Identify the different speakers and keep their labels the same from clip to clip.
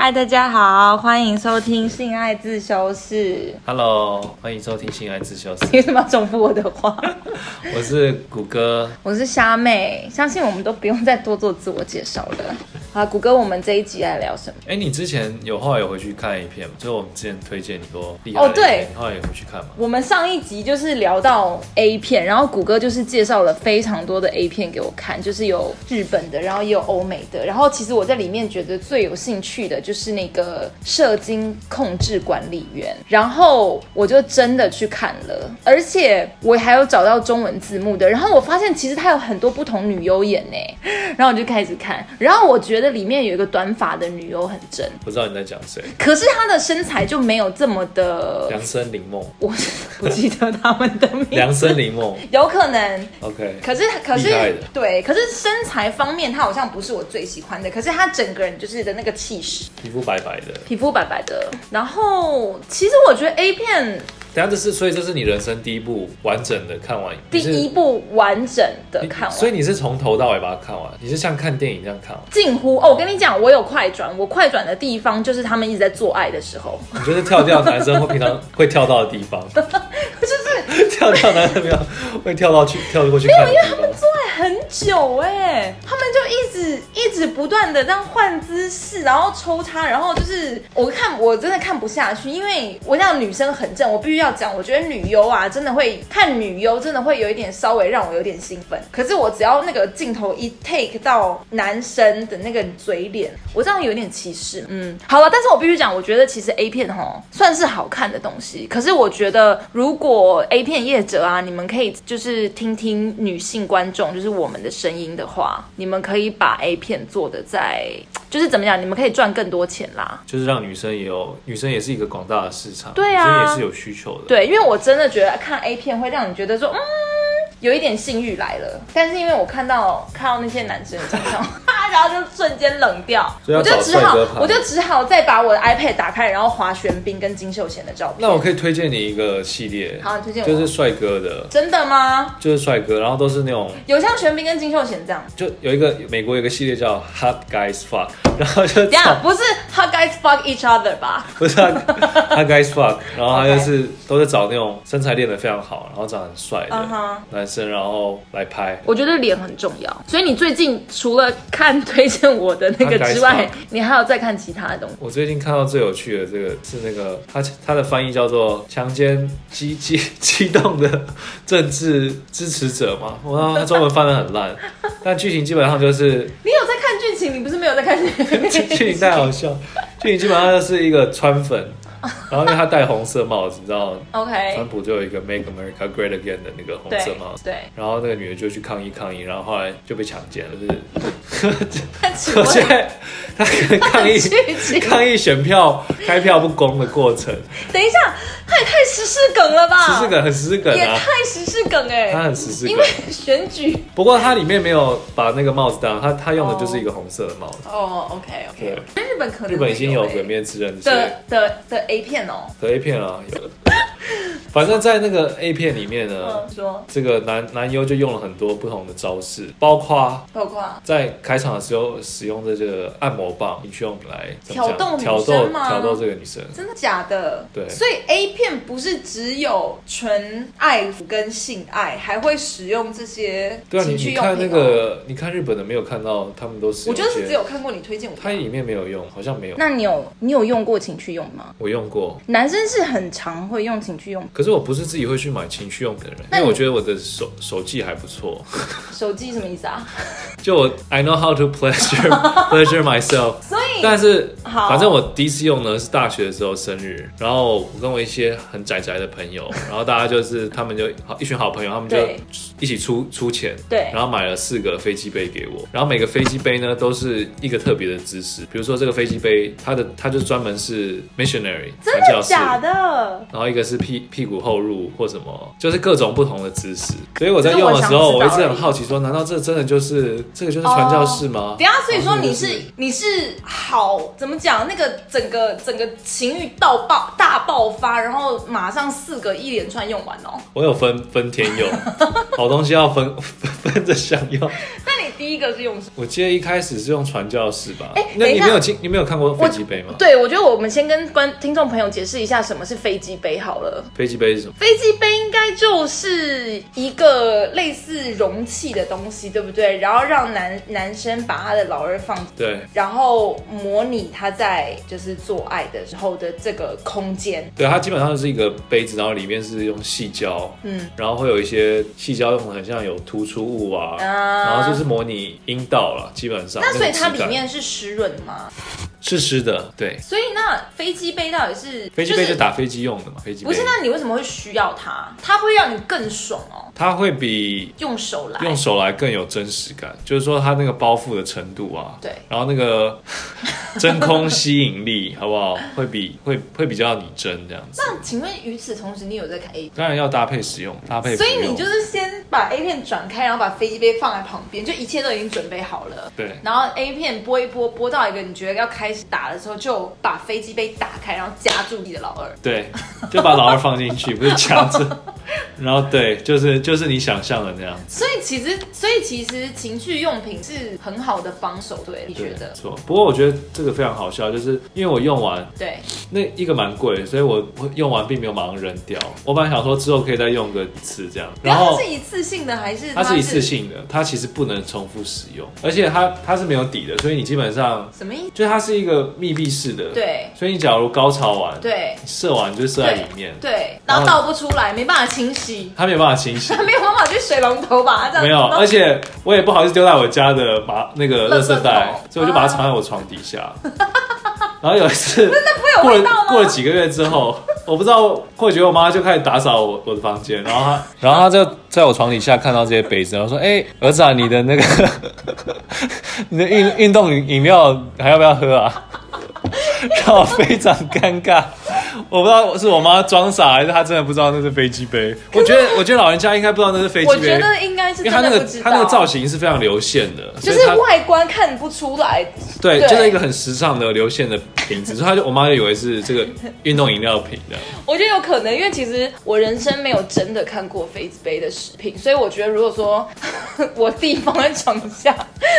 Speaker 1: 嗨，大家好，欢迎收听《性爱自修室
Speaker 2: Hello，欢迎收听《性爱自修室》》。
Speaker 1: 你为什么要重复我的话？
Speaker 2: 我是谷歌，
Speaker 1: 我是虾妹，相信我们都不用再多做自我介绍了。好，谷歌，我们这一集来聊什么？
Speaker 2: 哎，你之前有后来有回去看影片吗？就是我们之前推荐你多厉害
Speaker 1: 哦
Speaker 2: 的影
Speaker 1: 对
Speaker 2: 片你后来有回去看吗？
Speaker 1: 我们上一集就是聊到 A 片，然后谷歌就是介绍了非常多的 A 片给我看，就是有日本的，然后也有欧美的。然后其实我在里面觉得最有兴趣的就是那个射精控制管理员，然后我就真的去看了，而且我还有找到中文字幕的。然后我发现其实它有很多不同女优演呢，然后我就开始看，然后我觉得里面有一个短发的女优很正，
Speaker 2: 不知道你在讲谁？
Speaker 1: 可是她的身材就没有这么的
Speaker 2: 梁生林 梦，
Speaker 1: 我不记得他们的名
Speaker 2: 梁
Speaker 1: 字，
Speaker 2: 生林梦
Speaker 1: 有可能。
Speaker 2: ，OK，
Speaker 1: 可是，可是
Speaker 2: 厉害的，
Speaker 1: 对，可是身材方面，他好像不是我最喜欢的。可是他整个人就是的那个气势，
Speaker 2: 皮肤白白的。
Speaker 1: 皮肤白白的。然后，其实我觉得 A 片
Speaker 2: 等下这是，所以这是你人生第一部完整的看完影
Speaker 1: 第
Speaker 2: 片，
Speaker 1: 一部完整的
Speaker 2: 你是
Speaker 1: 看完，
Speaker 2: 所以你是从头到尾把它看完，你是像看电影那样看完？
Speaker 1: 近乎哦，我跟你讲，我有快转，我快转的地方就是他们一直在做爱的时候，
Speaker 2: 你就是跳掉男生会平常会跳到的地方，就是跳掉男生平常会跳到去跳过去看的地方。
Speaker 1: 很久哎、他们就一直一直不断的样换姿势，然后抽插，然后就是我看我真的看不下去，因为我讲女生很正，我必须要讲，我觉得女优啊，真的会看女优真的会有一点稍微让我有点兴奋，可是我只要那个镜头一 take 到男生的那个嘴脸，我这样有点歧视，嗯，好了，但是我必须讲，我觉得其实 A 片吼算是好看的东西，可是我觉得如果 A 片业者啊，你们可以就是听听女性观众，就是我们的声音的话，你们可以把 A 片做的再就是怎么讲，你们可以赚更多钱啦。
Speaker 2: 就是让女生也有，女生也是一个广大的市场，
Speaker 1: 对啊
Speaker 2: 女生也是有需求的。，
Speaker 1: 对，因为我真的觉得看 A 片会让你觉得说，嗯，有一点性欲来了。但是因为我看到看到那些男生的 长相，哈然后就瞬间冷掉，
Speaker 2: 所以
Speaker 1: 我
Speaker 2: 要
Speaker 1: 就
Speaker 2: 找
Speaker 1: 只好
Speaker 2: 帅哥牌
Speaker 1: 我就只好再把我的 iPad 打开，然后划玄彬跟金秀贤的照片。
Speaker 2: 那我可以推荐你一个系列，
Speaker 1: 好你推荐我
Speaker 2: 就是帅哥的，
Speaker 1: 真的吗？
Speaker 2: 就是帅哥，然后都是那种，
Speaker 1: 有像玄彬跟金秀贤这样？
Speaker 2: 就有一个美国有一个系列叫 Hot Guys Fuck，然 后就
Speaker 1: 这样不是 hot guys fuck each other 吧？
Speaker 2: 不是 Hot Hot Guys Fuck，然后他就是都是找那种身材练得非常好，然后长得很帅的、
Speaker 1: 嗯哼
Speaker 2: 男生，然后来拍。
Speaker 1: 我觉得脸很重要，所以你最近除了看推荐我的那个之
Speaker 2: Hot guys
Speaker 1: 外
Speaker 2: fuck，
Speaker 1: 你还有在看其他的东西？
Speaker 2: 我最近看到最有趣的这个是那个他他的翻译叫做“强奸 激激激动的政治支持者”嘛，我他中文翻得很烂，但剧情基本上就是
Speaker 1: 你有在看剧情？你不是没有在看剧情？
Speaker 2: 剧情太好笑，剧情基本上就是一个川粉，然后因为他戴红色帽子，你知道
Speaker 1: OK，
Speaker 2: 川普就有一个 “Make America Great Again” 的那个红色
Speaker 1: 对
Speaker 2: 帽子。
Speaker 1: 对。
Speaker 2: 然后那个女的就去抗议抗议，然后后来就被强奸了，就是
Speaker 1: 但请
Speaker 2: 我现
Speaker 1: 问
Speaker 2: 在他可能抗议
Speaker 1: 剧情？
Speaker 2: 抗议选票开票不公的过程，
Speaker 1: 等一下，他也太时事梗了吧？
Speaker 2: 十四梗很十四梗
Speaker 1: 也
Speaker 2: 啊，
Speaker 1: 太时事梗哎、
Speaker 2: 它很十四梗
Speaker 1: 因。为选举
Speaker 2: 不过它里面没有把那个帽子戴上，它它用的就是一个红色的帽子。
Speaker 1: 哦，OK，OK、o k
Speaker 2: 对
Speaker 1: OK，日本可能哎
Speaker 2: 日本已经有
Speaker 1: 会
Speaker 2: 鬼灭之刃这些
Speaker 1: 的的的 A 片哦，
Speaker 2: 和 A 片啊，有的。反正，在那个 A 片里面呢
Speaker 1: 嗯，，说
Speaker 2: 这个男男优就用了很多不同的招式，包括
Speaker 1: 包括
Speaker 2: 在开场的时候使用这个按摩棒，你去用来怎么讲
Speaker 1: 挑逗女
Speaker 2: 挑逗
Speaker 1: 生吗
Speaker 2: 挑逗这个女生。
Speaker 1: 真的假的？
Speaker 2: 对
Speaker 1: 所以 A 片不是只有纯爱抚跟性爱，还会使用这些
Speaker 2: 对啊，你
Speaker 1: 情趣
Speaker 2: 你
Speaker 1: 用品、哦。
Speaker 2: 看那，个，你看日本的没有看到，他们都使
Speaker 1: 我
Speaker 2: 用一些。
Speaker 1: 就是只有看过你推荐我的。
Speaker 2: 它里面没有用，好像没有。
Speaker 1: 那你有你有用过情趣用吗？
Speaker 2: 我用过，
Speaker 1: 男生是很常会用情趣用，
Speaker 2: 可是我不是自己会去买情趣用品的人，
Speaker 1: 那
Speaker 2: 因
Speaker 1: 你
Speaker 2: 为我觉得我的手手技还不错。
Speaker 1: 手机什么意思啊？
Speaker 2: 就我 I know how to pleasure pleasure myself，
Speaker 1: 所以
Speaker 2: 但是
Speaker 1: 好
Speaker 2: 反正我第一次用呢是大学的时候生日，然后我跟我一些很宅宅的朋 友，然后大家就是他们就好一群好朋友，他们就
Speaker 1: 对
Speaker 2: 一起出出钱，
Speaker 1: 对
Speaker 2: 然后买了四个飞机杯给我，然后每个飞机杯呢都是一个特别的姿势，比如说这个飞机杯，它的它就专门是 missionary
Speaker 1: 真
Speaker 2: 传教
Speaker 1: 的
Speaker 2: 士。
Speaker 1: 假的？
Speaker 2: 然后一个是屁屁股后入或什么，就是各种不同的姿势。所以我在
Speaker 1: 这是我
Speaker 2: 用的时候，
Speaker 1: 想知道
Speaker 2: 我一直
Speaker 1: 而
Speaker 2: 很
Speaker 1: 已哦
Speaker 2: 好奇说，难道这真的就是这个就是传教士吗？
Speaker 1: 等一下，所以说
Speaker 2: 然后
Speaker 1: 你
Speaker 2: 这个
Speaker 1: 是你是好怎么讲？那个整个整个情欲到爆大爆发，然后马上四个一连串用完哦。
Speaker 2: 我有分分天用，好东西要分分着享用。
Speaker 1: 那你第一个是用什么？
Speaker 2: 我记得一开始是用传教士吧？
Speaker 1: 哎
Speaker 2: 那
Speaker 1: 等
Speaker 2: 你
Speaker 1: 一下
Speaker 2: 没有听，你没有看过飞机杯吗？
Speaker 1: 对，我觉得我们先跟观听众朋友解释一下什么是飞机杯好了。
Speaker 2: 飞机杯是什么？
Speaker 1: 飞机杯应该就是一个类似容器的东西，对不对？然后让男男生把他的老二放进
Speaker 2: 对
Speaker 1: 然后模拟他在就是做爱的时候的这个空间。
Speaker 2: 对，它基本上是一个杯子，然后里面是用细胶，
Speaker 1: 嗯，
Speaker 2: 然后会有一些细胶用的很像有突出物啊，
Speaker 1: 啊
Speaker 2: 然后就是模拟阴道了，基本上。
Speaker 1: 那所以
Speaker 2: 个质
Speaker 1: 它里
Speaker 2: 感
Speaker 1: 面是湿润的吗？
Speaker 2: 是湿的，对。
Speaker 1: 所以那飞机杯到底是
Speaker 2: 飞机杯
Speaker 1: 就是
Speaker 2: 打飞机用的嘛？飞机杯
Speaker 1: 不是？那你为什么会需要它？它会让你更爽哦，
Speaker 2: 它会比
Speaker 1: 用手来。
Speaker 2: 用手来更有真实感，就是说它那个包覆的程度啊，
Speaker 1: 哎对
Speaker 2: 然后那个 真空吸引力，好不好？会比会会比较拟真这样子。
Speaker 1: 那请问与此同时，你有在看 A
Speaker 2: 当然要搭配哎使用，搭配
Speaker 1: 所以
Speaker 2: 服
Speaker 1: 你
Speaker 2: 用
Speaker 1: 就是先把 A 片转开，然后把飞机杯放在旁边，就一切都已经准备好了。
Speaker 2: 对
Speaker 1: 然后 A 片播一播，播到一个你觉得要开始打的时候，就把飞机杯打开，然后夹住你的老二。
Speaker 2: 对，就把老二放进去，不是夹 着。然后对，就是就是你想象的那样，
Speaker 1: 所以其实，所以其实情趣用品是很好的帮手，对？你
Speaker 2: 对
Speaker 1: 觉，得？
Speaker 2: 错。不过我觉得这个非常好笑，就是因为我用完
Speaker 1: 对，
Speaker 2: 那一个蛮贵的，所以我我用完并没有马上扔掉。我本来想说之后可以再用个一次这样，然
Speaker 1: 然后
Speaker 2: 后
Speaker 1: 它是一次性的还是
Speaker 2: 它是一次？性的，它其实不能重复使用，而且它它是没有底的，所以你基本上
Speaker 1: 什么意思？
Speaker 2: 就是它是一个密闭式的，，
Speaker 1: 对
Speaker 2: 所以你假如高潮完，，
Speaker 1: 对
Speaker 2: 射完就射在里面，
Speaker 1: 对，然后倒不出来，没办法清洗，
Speaker 2: 它没有办法 清洗。
Speaker 1: 他没有办法去水龙头把它这样
Speaker 2: 没有，
Speaker 1: 弄
Speaker 2: 而且我也不好意思丢在我家的马那个垃
Speaker 1: 垃圾
Speaker 2: 圾袋
Speaker 1: 桶，
Speaker 2: 所以我就把它藏在我床底 下。然后有一次，
Speaker 1: 会有
Speaker 2: 过
Speaker 1: 味
Speaker 2: 了
Speaker 1: 道吗？
Speaker 2: 过了几个月之后，我不知道，或许我妈就开始打扫我我的房间，然后 她，然后她就在我床底下看到这些杯子，然后说：“哎、儿子啊，你的那个 你的运运动饮料还要不要喝啊？” 让我非常尴尬，我不知道是我妈装傻还是她真的不知道那是飞机杯。我觉得，我觉得老人家应该不知道那是飞机
Speaker 1: 我
Speaker 2: 杯，
Speaker 1: 觉得应该是
Speaker 2: 因为
Speaker 1: 真
Speaker 2: 它那
Speaker 1: 的
Speaker 2: 个
Speaker 1: 不知道，
Speaker 2: 它那个造型是非常流线的，
Speaker 1: 就
Speaker 2: 所以
Speaker 1: 是
Speaker 2: 它
Speaker 1: 外观看不出来。
Speaker 2: 对，
Speaker 1: 对
Speaker 2: 就是一个很时尚的流线的瓶子，所以他就我妈就以为是这个运动饮料瓶的。
Speaker 1: 我觉得有可能，因为其实我人生没有真的看过飞机杯的食品，所以我觉得如果说 我弟放在床下，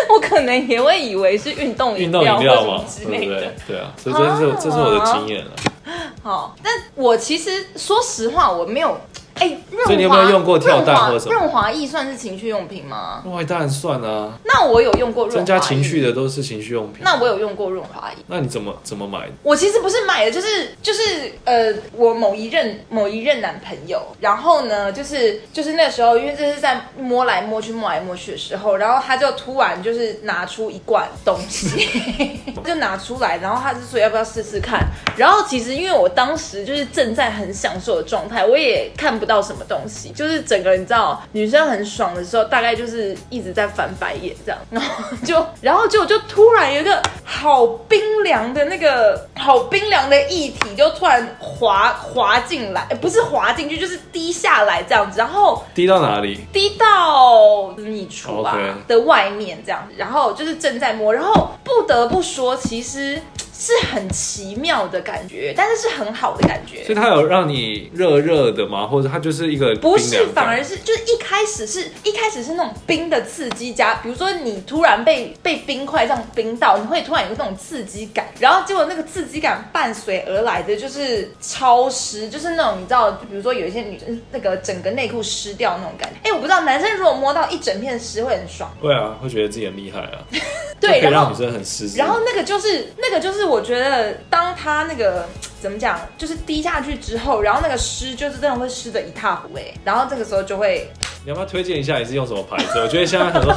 Speaker 1: 我可能也会以为是运动
Speaker 2: 运
Speaker 1: 饮
Speaker 2: 动
Speaker 1: 料
Speaker 2: 饮
Speaker 1: 或
Speaker 2: 料
Speaker 1: 什
Speaker 2: 嘛
Speaker 1: 么，之
Speaker 2: 对不
Speaker 1: 类的。
Speaker 2: 对？对啊，所以这是我这是我的经验啊了。
Speaker 1: 好，但我其实说实话，我没有。哎，润
Speaker 2: 所
Speaker 1: 滑
Speaker 2: 以你有没有用过跳蛋或者什么
Speaker 1: 润滑润滑液算是情趣用品吗？
Speaker 2: 外当然算啊，
Speaker 1: 那我有用过润滑
Speaker 2: 增
Speaker 1: 液
Speaker 2: 加情绪。的都是情绪用品。
Speaker 1: 那我有用过润滑液。
Speaker 2: 那你怎么怎么买？
Speaker 1: 我其实不是买的，就是就是呃，我某一任某一任男朋友，然后呢，就是就是那时候，因为这是在摸来摸去、摸来摸去的时候，然后他就突然就是拿出一罐东西， 就拿出来，然后他就说要不要试试看，然后其实因为我当时就是正在很享受的状态，我也看不到什么东西，就是整个你知道，女生很爽的时候，大概就是一直在翻白眼这样， 然后就然后就就突然有一个好冰凉的那个好冰凉的液体，就突然滑滑进来，呃不是滑进去，就是滴下来这样子，然后
Speaker 2: 滴到哪里？
Speaker 1: 滴到你处吧
Speaker 2: OK
Speaker 1: 的外面这样，然后就是正在摸，然后不得不说，其实是很奇妙的感觉，但是是很好的感
Speaker 2: 所
Speaker 1: 觉。
Speaker 2: 以它有让你热热的吗？或者它就是一个
Speaker 1: 不
Speaker 2: 冰
Speaker 1: 是
Speaker 2: 凉，
Speaker 1: 反
Speaker 2: 感
Speaker 1: 而是就是一开始是一开始是那种冰的刺激加，比如说你突然被被冰块这样冰到，你会突然有那种刺激感，然后结果那个刺激感伴随而来的就是超湿，就是那种你知道，就比如说有一些女生那个整个内裤湿掉那种感
Speaker 2: 嗯
Speaker 1: 觉。哎，我不知道男生如果摸到一整片湿会很爽，
Speaker 2: 会啊，会觉得自己很厉害啊，
Speaker 1: 对，
Speaker 2: 就可以
Speaker 1: 然
Speaker 2: 让
Speaker 1: 后
Speaker 2: 女生很湿湿。
Speaker 1: 然后那个就是那个就是，我觉得当它那个怎么讲，就是滴下去之后，然后那个湿就是真的会湿的一塌糊涂哎，然后这个时候就会，
Speaker 2: 你要不要推荐一下你是用什么牌子？我觉得现在很多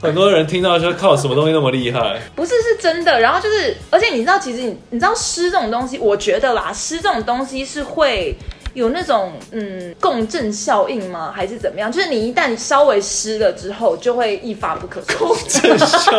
Speaker 2: 很多人听到说靠什么东西那么厉害，
Speaker 1: 不是是真的，然后就是，而且你知道，其实你你知道湿这种东西，我觉得啦，湿这种东西是会。有那种嗯共振效应吗？还是怎么样？就是你一旦稍微湿了之后，就会一发不可收 拾。
Speaker 2: 正效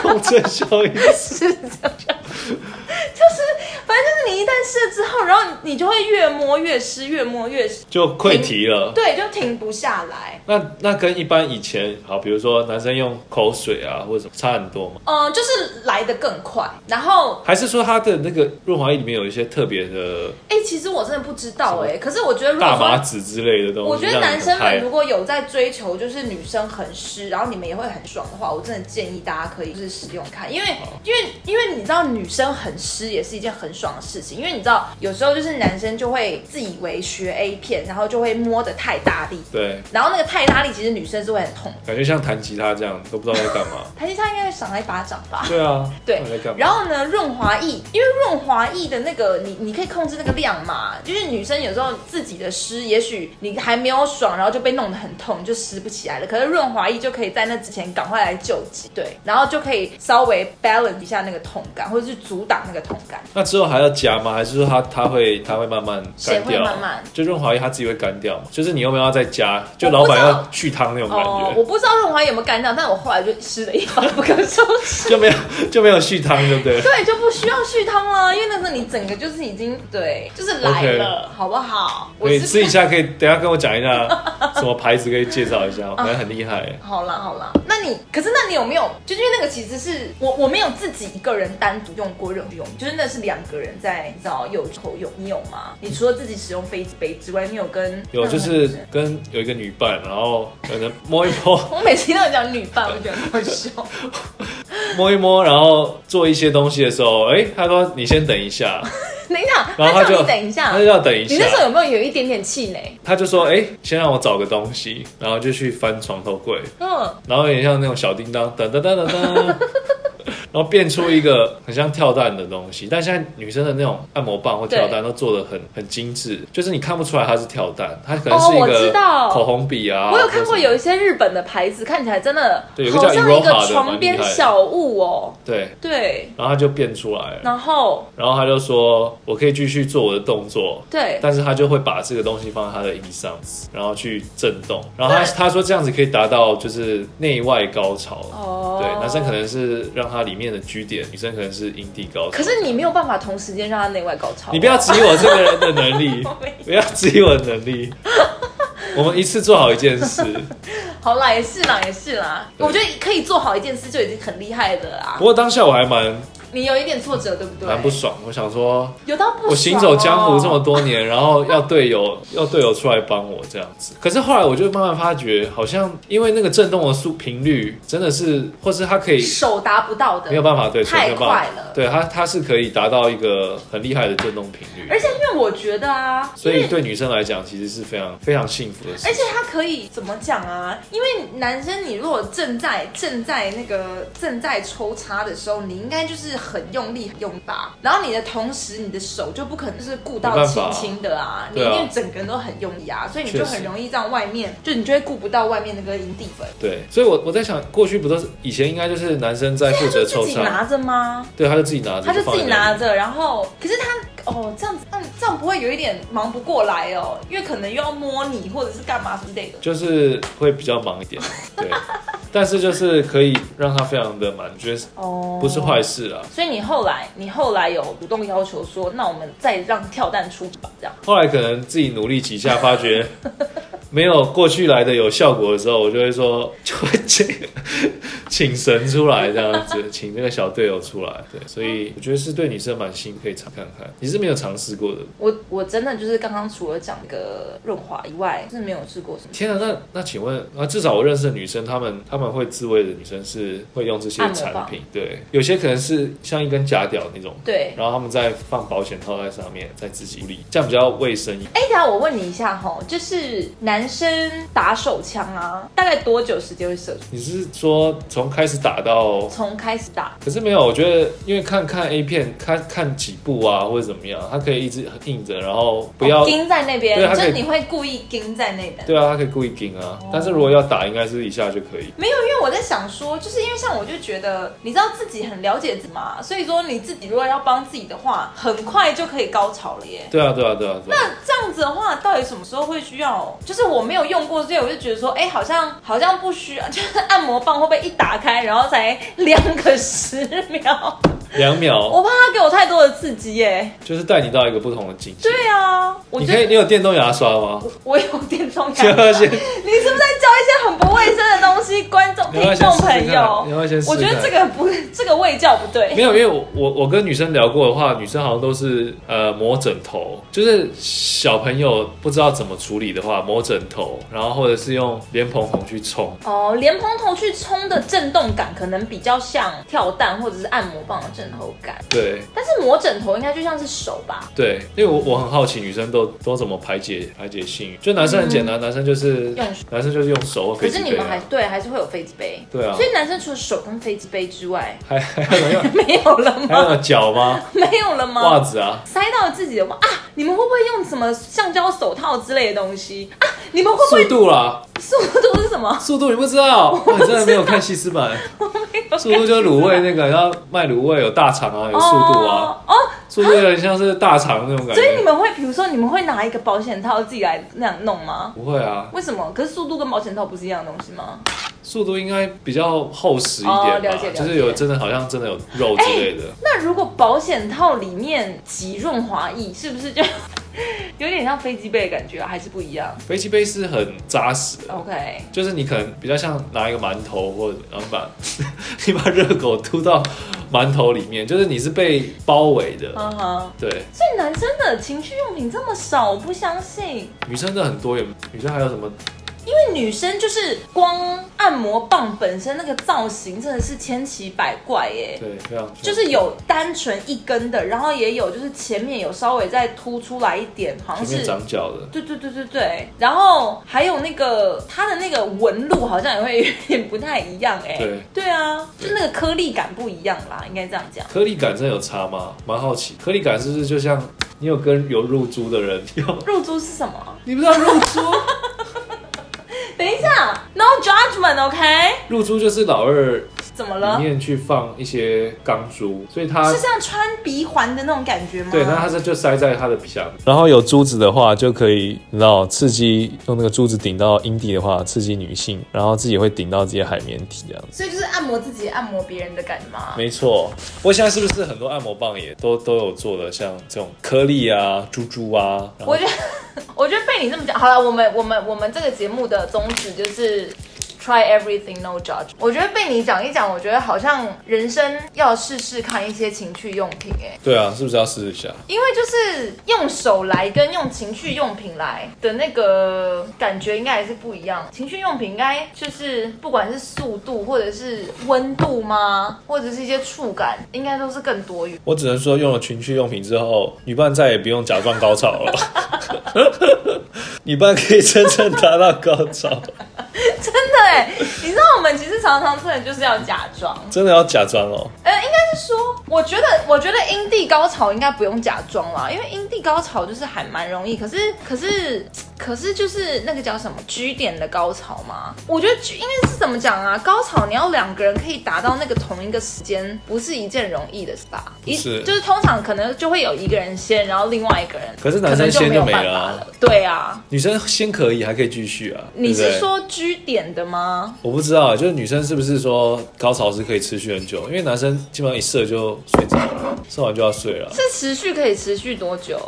Speaker 2: 共振效应。
Speaker 1: 是这样，就是反正就是你一旦识了之后，然后你就会越摸越湿，越摸越湿，
Speaker 2: 就溃堤了。
Speaker 1: 对，就停不下来。
Speaker 2: 那那跟一般以前好，比如说男生用口水啊或者什么，差很多吗？
Speaker 1: 嗯、就是来的更快。然后，
Speaker 2: 还是说它的那个润滑液里面有一些特别的
Speaker 1: 哎、其实我真的不知道哎、可是我觉得如果
Speaker 2: 大麻
Speaker 1: 说，
Speaker 2: 籽之类的东西？
Speaker 1: 我觉得男生
Speaker 2: 让你
Speaker 1: 们
Speaker 2: 很
Speaker 1: 如果有在追求就是女生很湿，然后你们也会很爽的话，我真的建议大家可以就是使用看，因为因为因为你知道女生很湿也是一件很爽的事情，因为你知道有时候就是男生就会自以为学 A 片，然后就会摸得太大力，
Speaker 2: 嗨对，
Speaker 1: 然后那个太大力其实女生是会很痛的。。
Speaker 2: 感觉像弹吉他这样，都不知道在干嘛
Speaker 1: 弹吉他应该会赏他一巴掌吧？
Speaker 2: 对啊，
Speaker 1: 对
Speaker 2: 到底在干嘛？
Speaker 1: 然后呢，润滑液，因为润滑液的那个你你可以控制那个量嘛，就是女生有时候自己的湿，也许你还没有爽，然后就被弄得很痛，就湿不起来了。可是润滑液就可以在那之前赶快来救急，对，然后就可以稍微 balance 一下那个痛感，或者是阻挡那个痛感。
Speaker 2: 那之后还要加吗？还是说它它会它会慢慢
Speaker 1: 谁
Speaker 2: 干
Speaker 1: 会
Speaker 2: 掉？
Speaker 1: 慢慢
Speaker 2: 就润滑液它自己会干掉嘛？就是你有没有要再加？就
Speaker 1: 我不
Speaker 2: 老板
Speaker 1: 知道
Speaker 2: 要去汤那种感
Speaker 1: 哦，
Speaker 2: 觉，
Speaker 1: 我不知道润滑液有没有干掉，但我后来就湿的一发不可收拾。
Speaker 2: 就没有就没有续汤，对不对？
Speaker 1: 对，就不需要续汤了，因为那时候你整个就是已经对，就是来了好不好？我
Speaker 2: 可以
Speaker 1: 是
Speaker 2: 试一下，可以等一下跟我讲一下什么牌子可以介绍一下，反正很厉害。
Speaker 1: 好啦好啦，那你可是那你有没有？就因为那个其实是我我没有自己一个人单独用过任何用，就是那是两个人在你知道有口用，你有吗？你除了自己使用飞机杯之外，你有跟
Speaker 2: 有
Speaker 1: 任何
Speaker 2: 就
Speaker 1: 女
Speaker 2: 是
Speaker 1: 生
Speaker 2: 跟有一个女伴，然后可能摸一摸
Speaker 1: 我每次听到你讲女伴，我就觉得很好笑。
Speaker 2: 摸一摸，然后做一些东西的时候，哎、他说你先等一 下，
Speaker 1: 等一下，
Speaker 2: 然后
Speaker 1: 他叫
Speaker 2: 就
Speaker 1: 你等一下
Speaker 2: 他就，要等一
Speaker 1: 你
Speaker 2: 下
Speaker 1: 那，时候有没有有一点点气馁？
Speaker 2: 他就说哎、先让我找个东西，然后就去翻床头柜，
Speaker 1: 嗯，
Speaker 2: 然后有点像那种小叮当，噔噔噔噔 噔。然后变出一个很像跳蛋的东西，但现在女生的那种按摩棒或跳蛋都做的很很精致，就是你看不出来它是跳蛋，它可能是一
Speaker 1: 哦我
Speaker 2: 个
Speaker 1: 知道
Speaker 2: 口红笔啊。
Speaker 1: 我有看过有
Speaker 2: 或者
Speaker 1: 一些日本的牌子，看起来真的
Speaker 2: 对有个叫
Speaker 1: 好像一
Speaker 2: Iroha 的
Speaker 1: 个
Speaker 2: 蛮
Speaker 1: 床边
Speaker 2: 厉害的
Speaker 1: 小物哦。
Speaker 2: 对，
Speaker 1: 对，
Speaker 2: 然后它就变出来了，
Speaker 1: 然后
Speaker 2: 然后他就说我可以继续做我的动作，
Speaker 1: 对，
Speaker 2: 但是他就会把这个东西放在他的衣上，然后去震动，然后他他说这样子可以达到就是内外高潮。
Speaker 1: 哦
Speaker 2: 对，男生可能是让他里面的居点，女生可能是阴蒂高潮。
Speaker 1: 可是你没有办法同时间让他内外高潮啊。
Speaker 2: 你不要质疑我这个人的能力
Speaker 1: 我没，
Speaker 2: 不要质疑我的能力。我们一次做好一件 事，
Speaker 1: 好啦，也是啦，也是啦。
Speaker 2: 对
Speaker 1: 我觉得可以做好一件事就已经很厉害的啦
Speaker 2: 不。过当下我还蛮
Speaker 1: 你有一点挫折，对不对？
Speaker 2: 蛮不爽，我想说，
Speaker 1: 有到不爽哦、
Speaker 2: 我行走江湖这么多年，然后要队友 要队友出来帮我这样子。可是后来我就慢慢发觉，好像因为那个震动的速频率真的是，或是它可以
Speaker 1: 手达不到的，
Speaker 2: 没有办法对，
Speaker 1: 太
Speaker 2: 没有办法
Speaker 1: 快了
Speaker 2: 对它它是可以达到一个很厉害的震动频率
Speaker 1: 而，且因为我觉得啊，
Speaker 2: 所
Speaker 1: 因
Speaker 2: 以
Speaker 1: 为
Speaker 2: 对女生来讲其实是 非常非常幸福的事
Speaker 1: 而。且他可以怎么讲啊？因为男生你如果正在正在那个正在抽插的时候，你应该就是很用力很用力吧，然后你的同时你的手就不可能就是顾
Speaker 2: 没
Speaker 1: 到
Speaker 2: 办法
Speaker 1: 轻
Speaker 2: 啊
Speaker 1: 轻的啊，你
Speaker 2: 对
Speaker 1: 一
Speaker 2: 啊
Speaker 1: 定整个人都很用力啊，所以你就
Speaker 2: 确实
Speaker 1: 很容易让外面就你就会顾不到外面那个营地粉。
Speaker 2: 对，所以我我在想，过去不都是以前应该就是男生在负责
Speaker 1: 自
Speaker 2: 抽
Speaker 1: 己
Speaker 2: 插，
Speaker 1: 拿着吗？
Speaker 2: 对，他就自己拿着，
Speaker 1: 他就自己
Speaker 2: 放在那里
Speaker 1: 拿着，然后可是他哦这样子，嗯，这样不会有一点忙不过来哦，因为可能又要摸你或者是干嘛之类的。
Speaker 2: 就是会比较忙 一点，对。但是就是可以让他非常的满，觉得
Speaker 1: 哦，
Speaker 2: 不是坏事啊。
Speaker 1: 所以你后来，你后来有主动要求说，那我们再让跳蛋出吧，这样。
Speaker 2: 后来可能自己努力几下，发 觉没有过去来的有效果的时候，我就会说， 就会请请神出来这样子，请那个小队友出来。对，所以我觉得是对女生蛮新，可以尝看看。你是没有尝试过的，
Speaker 1: 我我真的就是刚刚除了讲那个润滑以外，是没有试过什么
Speaker 2: 天啊，那那请问啊，至少我认识的女生，她们她们会自慰的女生是会用这些
Speaker 1: 按摩
Speaker 2: 产
Speaker 1: 棒
Speaker 2: 品，对，有些可能是像一根假屌那种，
Speaker 1: 对。
Speaker 2: 然后她们再放保险套在上面，再自己处理，这样比较卫生一点。
Speaker 1: 哎，等一下我问你一下哈，就是男生打手枪啊，大概多久时间会射出？
Speaker 2: 你是说从开始打到？
Speaker 1: 从开始打，
Speaker 2: 可是没有，我觉得因为看看 A 片，看看几部啊，或者怎么样，它可以一直硬着，然后不要、
Speaker 1: 哦盯在那边
Speaker 2: 对，他
Speaker 1: 就
Speaker 2: 可以
Speaker 1: 是你会故意盯在那边。
Speaker 2: 对啊，它可以故意硬啊。
Speaker 1: 哦
Speaker 2: 但是如果要打，应该是一下就可以。
Speaker 1: 没有，因为我在想说，就是因为像我就觉得，你知道自己很了解自己嘛，所以说你自己如果要帮自己的话，很快就可以高潮了耶。
Speaker 2: 对啊，对啊，对啊，对啊。
Speaker 1: 那这样子的话，到底什么时候会需要？就是我没有用过，所以我就觉得说，哎、好像好像不需要，就是按摩棒会不会一打开，然后才两个十秒？
Speaker 2: 两秒
Speaker 1: 我怕 他给我太多的刺激耶、
Speaker 2: 就是带你到一个不同的境界。
Speaker 1: 对啊，我
Speaker 2: 你
Speaker 1: 觉
Speaker 2: 可以，
Speaker 1: 得
Speaker 2: 你有电动牙刷吗？
Speaker 1: 我有电 动牙
Speaker 2: 你要不要先，
Speaker 1: 你是不是在教一些很不卫生的东西？观众、
Speaker 2: 你
Speaker 1: 听
Speaker 2: 要不要先
Speaker 1: 众
Speaker 2: 试试看
Speaker 1: 朋 友
Speaker 2: 你要不要先试试看
Speaker 1: 我觉得这个不，这个味教不对。
Speaker 2: 没有，因为我我我跟女生聊过的话，女生好像都是呃磨枕头，就是小朋友不知道怎么处理的话，磨枕头，然后或者是用莲蓬头去冲。
Speaker 1: 哦，莲蓬头去冲的震动感可能比较像跳蛋或者是按摩棒的震头感，
Speaker 2: 对
Speaker 1: 但是磨枕头应该就像是手吧？
Speaker 2: 对，因为我我很好奇女生都都怎么排解排解性欲，就男生很简单，男生就是
Speaker 1: 嗯用手
Speaker 2: 男生就是用手或
Speaker 1: 可
Speaker 2: 飞
Speaker 1: 是
Speaker 2: 机
Speaker 1: 你
Speaker 2: 杯
Speaker 1: 们还
Speaker 2: 啊，
Speaker 1: 对还是会有飞机杯，
Speaker 2: 对啊
Speaker 1: 所以男生除了手跟飞机杯之外，
Speaker 2: 还还 有没有
Speaker 1: 没有了
Speaker 2: 还有
Speaker 1: 吗？
Speaker 2: 脚吗？
Speaker 1: 没有了吗？
Speaker 2: 袜子啊，
Speaker 1: 塞到自己的袜啊！你们会不会用什么橡胶手套之类的东西啊？你们会不
Speaker 2: 速
Speaker 1: 会
Speaker 2: 度啦，
Speaker 1: 速度是什么？
Speaker 2: 速度你不 知道，哇你真的没有看西施版， 速度就是卤味那个，然后卖卤味有大肠啊，有速度啊。
Speaker 1: 哦，哦
Speaker 2: 速度有点像是大肠那种感
Speaker 1: 所以你
Speaker 2: 觉。
Speaker 1: 们会，比如说你们会拿一个保险套自己来那样弄吗？
Speaker 2: 不会啊，
Speaker 1: 为什么？可是速度跟保险套不是一样的东西吗？
Speaker 2: 速度应该比较厚实一
Speaker 1: 哦
Speaker 2: 点
Speaker 1: 了
Speaker 2: 吧，
Speaker 1: 解了解
Speaker 2: 就是有真的好像真的有肉之类的。
Speaker 1: 那如果保险套里面挤润滑液，是不是就 有点像飞机杯的感觉啊、还是不一样
Speaker 2: 飞机杯是很扎实的，
Speaker 1: ？OK，
Speaker 2: 就是你可能比较像拿一个馒头或者然后把 你把热狗吐到馒头里面，就是你是被包围的。
Speaker 1: 嗯哼。
Speaker 2: 对，
Speaker 1: 所以男生的情趣用品这么少，我不相信。
Speaker 2: 女生的很多也，女生还有什么？
Speaker 1: 因为女生就是光按摩棒本身那个造型真的是千奇百怪耶、
Speaker 2: 对，啊非常
Speaker 1: 就是有单纯一根的，然后也有就是前面有稍微再凸出来一点，好像
Speaker 2: 前面
Speaker 1: 是。
Speaker 2: 长脚的，
Speaker 1: 对对对对对，然后还有那个它的那个纹路好像也会有点不太一样哎、
Speaker 2: 对嗯
Speaker 1: 啊，就那个颗粒感不一样啦，应该这样讲。
Speaker 2: 颗粒感真的有差吗？蛮好奇，颗粒感是不是就像你有跟有入珠的人有？
Speaker 1: 入珠是什么？
Speaker 2: 你不知道入珠？
Speaker 1: 等一下，no judgment，OK？、
Speaker 2: 露珠就是老二
Speaker 1: 怎么
Speaker 2: 里
Speaker 1: 了？
Speaker 2: 面去放一些钢珠，所以它
Speaker 1: 是啊像穿鼻环的那种感觉吗？
Speaker 2: 啊对，那它是就塞在它的皮下。然后有珠子的话，就可以你知道刺激用那个珠子顶到阴蒂的话，刺激女性，然后自己会顶到自己的海绵体这样子。
Speaker 1: 所以就是按摩自己、按摩别人的感觉吗？
Speaker 2: 没错，不过现在是不是很多按摩棒也都都有做的，像这种颗粒啊、珠珠啊，然后
Speaker 1: 我觉得， 我觉得被你这么讲，好了，我们我们我们这个节目的宗旨就是 try everything no judge。我觉得被你讲一讲，我觉得好像人生要试试看一些情趣用品、哎，
Speaker 2: 对啊，是不是要试一下？
Speaker 1: 因为就是用手来跟用情趣用品来的那个感觉应该还是不一样。情趣用品应该就是不管是速度或者是温度吗，或者是一些触感，应该都是更多元。
Speaker 2: 我只能说，用了情趣用品之后，女伴再也不用假装高潮了， 女伴可以真正达到高潮。
Speaker 1: 真的哎、你知道我们其实常常真的就是要假装。
Speaker 2: 真的要假装哦。
Speaker 1: 呃，应该是说，我觉得，我觉得阴蒂高潮应该不用假装啦，因为阴蒂高潮就是还蛮容易，可是，可是，可是就是那个叫什么 G 点的高潮嘛，我觉得 G 应该是怎么讲啊？高潮你要两个人可以达到那个同一个时间，不是一件容易的事吧？一
Speaker 2: 是
Speaker 1: 就是通常可能就会有一个人先，然后另外一个人，
Speaker 2: 可是男生
Speaker 1: 可
Speaker 2: 先
Speaker 1: 能就
Speaker 2: 就
Speaker 1: 没有
Speaker 2: 没
Speaker 1: 办
Speaker 2: 了啊
Speaker 1: 法了，对啊。
Speaker 2: 女生先可以，还可以继续啊。
Speaker 1: 你
Speaker 2: 对不
Speaker 1: 是
Speaker 2: 对？
Speaker 1: 说 G 点的吗？
Speaker 2: 我不知道，啊就是女生是不是说高潮是可以持续很久？因为男生基本上一射就睡着了，射完就要睡了。
Speaker 1: 是持续可以持续多久？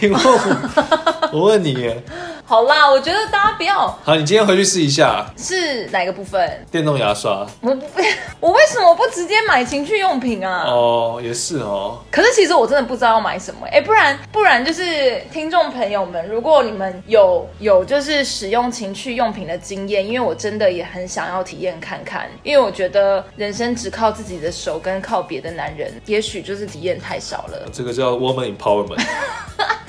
Speaker 2: 你问我，我问你耶，
Speaker 1: 好啦，我觉得大家不要
Speaker 2: 好，你今天回去试一下
Speaker 1: 是哪个部分？
Speaker 2: 电动牙刷。
Speaker 1: 我不， 我为什么不直接买情趣用品啊？
Speaker 2: 哦，也是哦，
Speaker 1: 可是其实我真的不知道要买什么、哎、不然不然就是听众朋友们，如果你们有有就是使用情趣用品的经验，因为我真的也很想要体验看看，因为我觉得人生只靠自己的手跟靠别的男人，也许就是体验太少了。
Speaker 2: 这个叫 woman empowerment，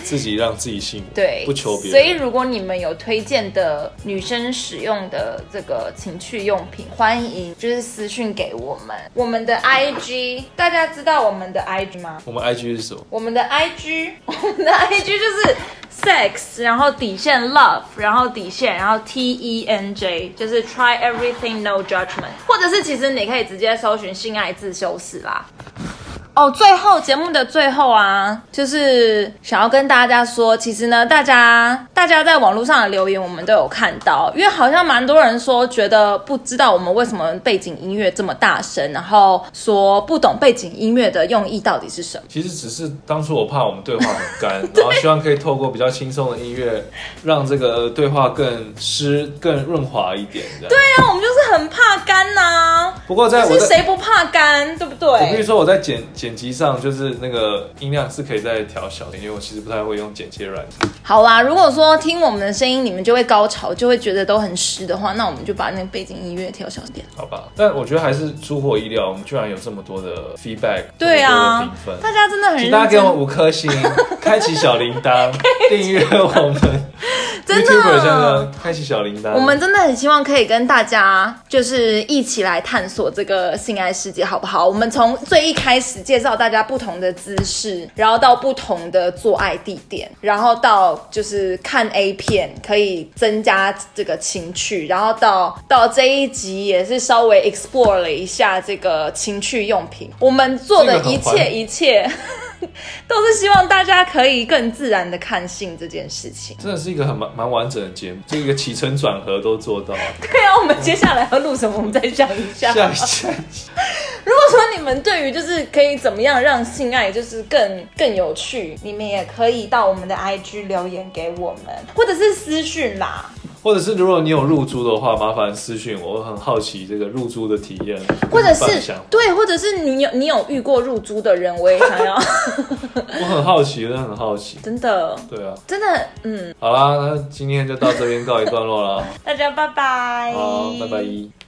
Speaker 2: 自己让自己幸福，
Speaker 1: 对，
Speaker 2: 不求别
Speaker 1: 所以
Speaker 2: 人。
Speaker 1: 如果你们有推荐的女生使用的这个情趣用品，欢迎就是私讯给我们。我们的 IG，大家知道我们的 IG 吗？
Speaker 2: 我们 IG 是什么？
Speaker 1: 我们的 IG，我 们的 IG 就是 sex，然后底线 love，然后底线，然后 T E N J，就是 try everything no judgment，或者是其实你可以直接搜寻性爱自修室啦。哦，最后节目的最后啊，就是想要跟大家说，其实呢，大家大家在网络上的留言我们都有看到，因为好像蛮多人说觉得不知道我们为什么背景音乐这么大声，然后说不懂背景音乐的用意到底是什么。
Speaker 2: 其实只是当初我怕我们对话很干，然后希望可以透过比较轻松的音乐，让这个对话更湿、更润滑一点。对。
Speaker 1: 对啊呀、我们就是很怕干呐、
Speaker 2: 不过在
Speaker 1: 但
Speaker 2: 哎我
Speaker 1: 是
Speaker 2: 在，
Speaker 1: 谁不怕干，对不
Speaker 2: 我必须
Speaker 1: 对？
Speaker 2: 说我在剪剪辑上，就是那个音量是可以再调小的，因为我其实不太会用剪切软件。
Speaker 1: 好啦，如果说听我们的声音你们就会高潮，就会觉得都很湿的话，那我们就把那个背景音乐调小一点。
Speaker 2: 好吧，但我觉得还是出乎我意料，我们居然有这么多的 feedback，
Speaker 1: 对啊
Speaker 2: 这么多的评
Speaker 1: 大
Speaker 2: 分。
Speaker 1: 家真的很认
Speaker 2: 请
Speaker 1: 真，
Speaker 2: 大家呃给我们五颗星，开启小铃 铛，订阅我们。
Speaker 1: 真的啊
Speaker 2: YouTuber 真的啊开启小铃铛。
Speaker 1: 我们真的很希望可以跟大家就是一起来探索这个性爱世界，好不好？我们从最一开始介绍大家不同的姿势，然后到不同的做爱地点，然后到就是看 A 片可以增加这个情趣，然后到到这一集也是稍微 explore 了一下这个情趣用品。我们做的一
Speaker 2: 这个很
Speaker 1: 切
Speaker 2: 环
Speaker 1: 一切， 都是希望大家可以更自然的看性这件事情。
Speaker 2: 真的是一个很蛮蛮完整的节目，这个起承转合都 做到。
Speaker 1: 对啊，我们接下来要录什么，我们再想一下。
Speaker 2: 下一下一集
Speaker 1: 如果说你们对于就是可以怎么样让性爱就是更更有趣，你们也可以到我们的 IG 留言给我们，或者是私讯啦。
Speaker 2: 或者是如果你有入租的话，麻烦私讯我，我很好奇这个入租的体验，
Speaker 1: 或者
Speaker 2: 跟你分
Speaker 1: 是
Speaker 2: 享
Speaker 1: 对，或者是你有你有遇过入租的人，我也想要，
Speaker 2: 我很好奇，真的很好奇。
Speaker 1: 真的
Speaker 2: 对啊，
Speaker 1: 真的，嗯，
Speaker 2: 好啦，那今天就到这边告一段落啦。
Speaker 1: 大家拜拜，
Speaker 2: 好，拜拜。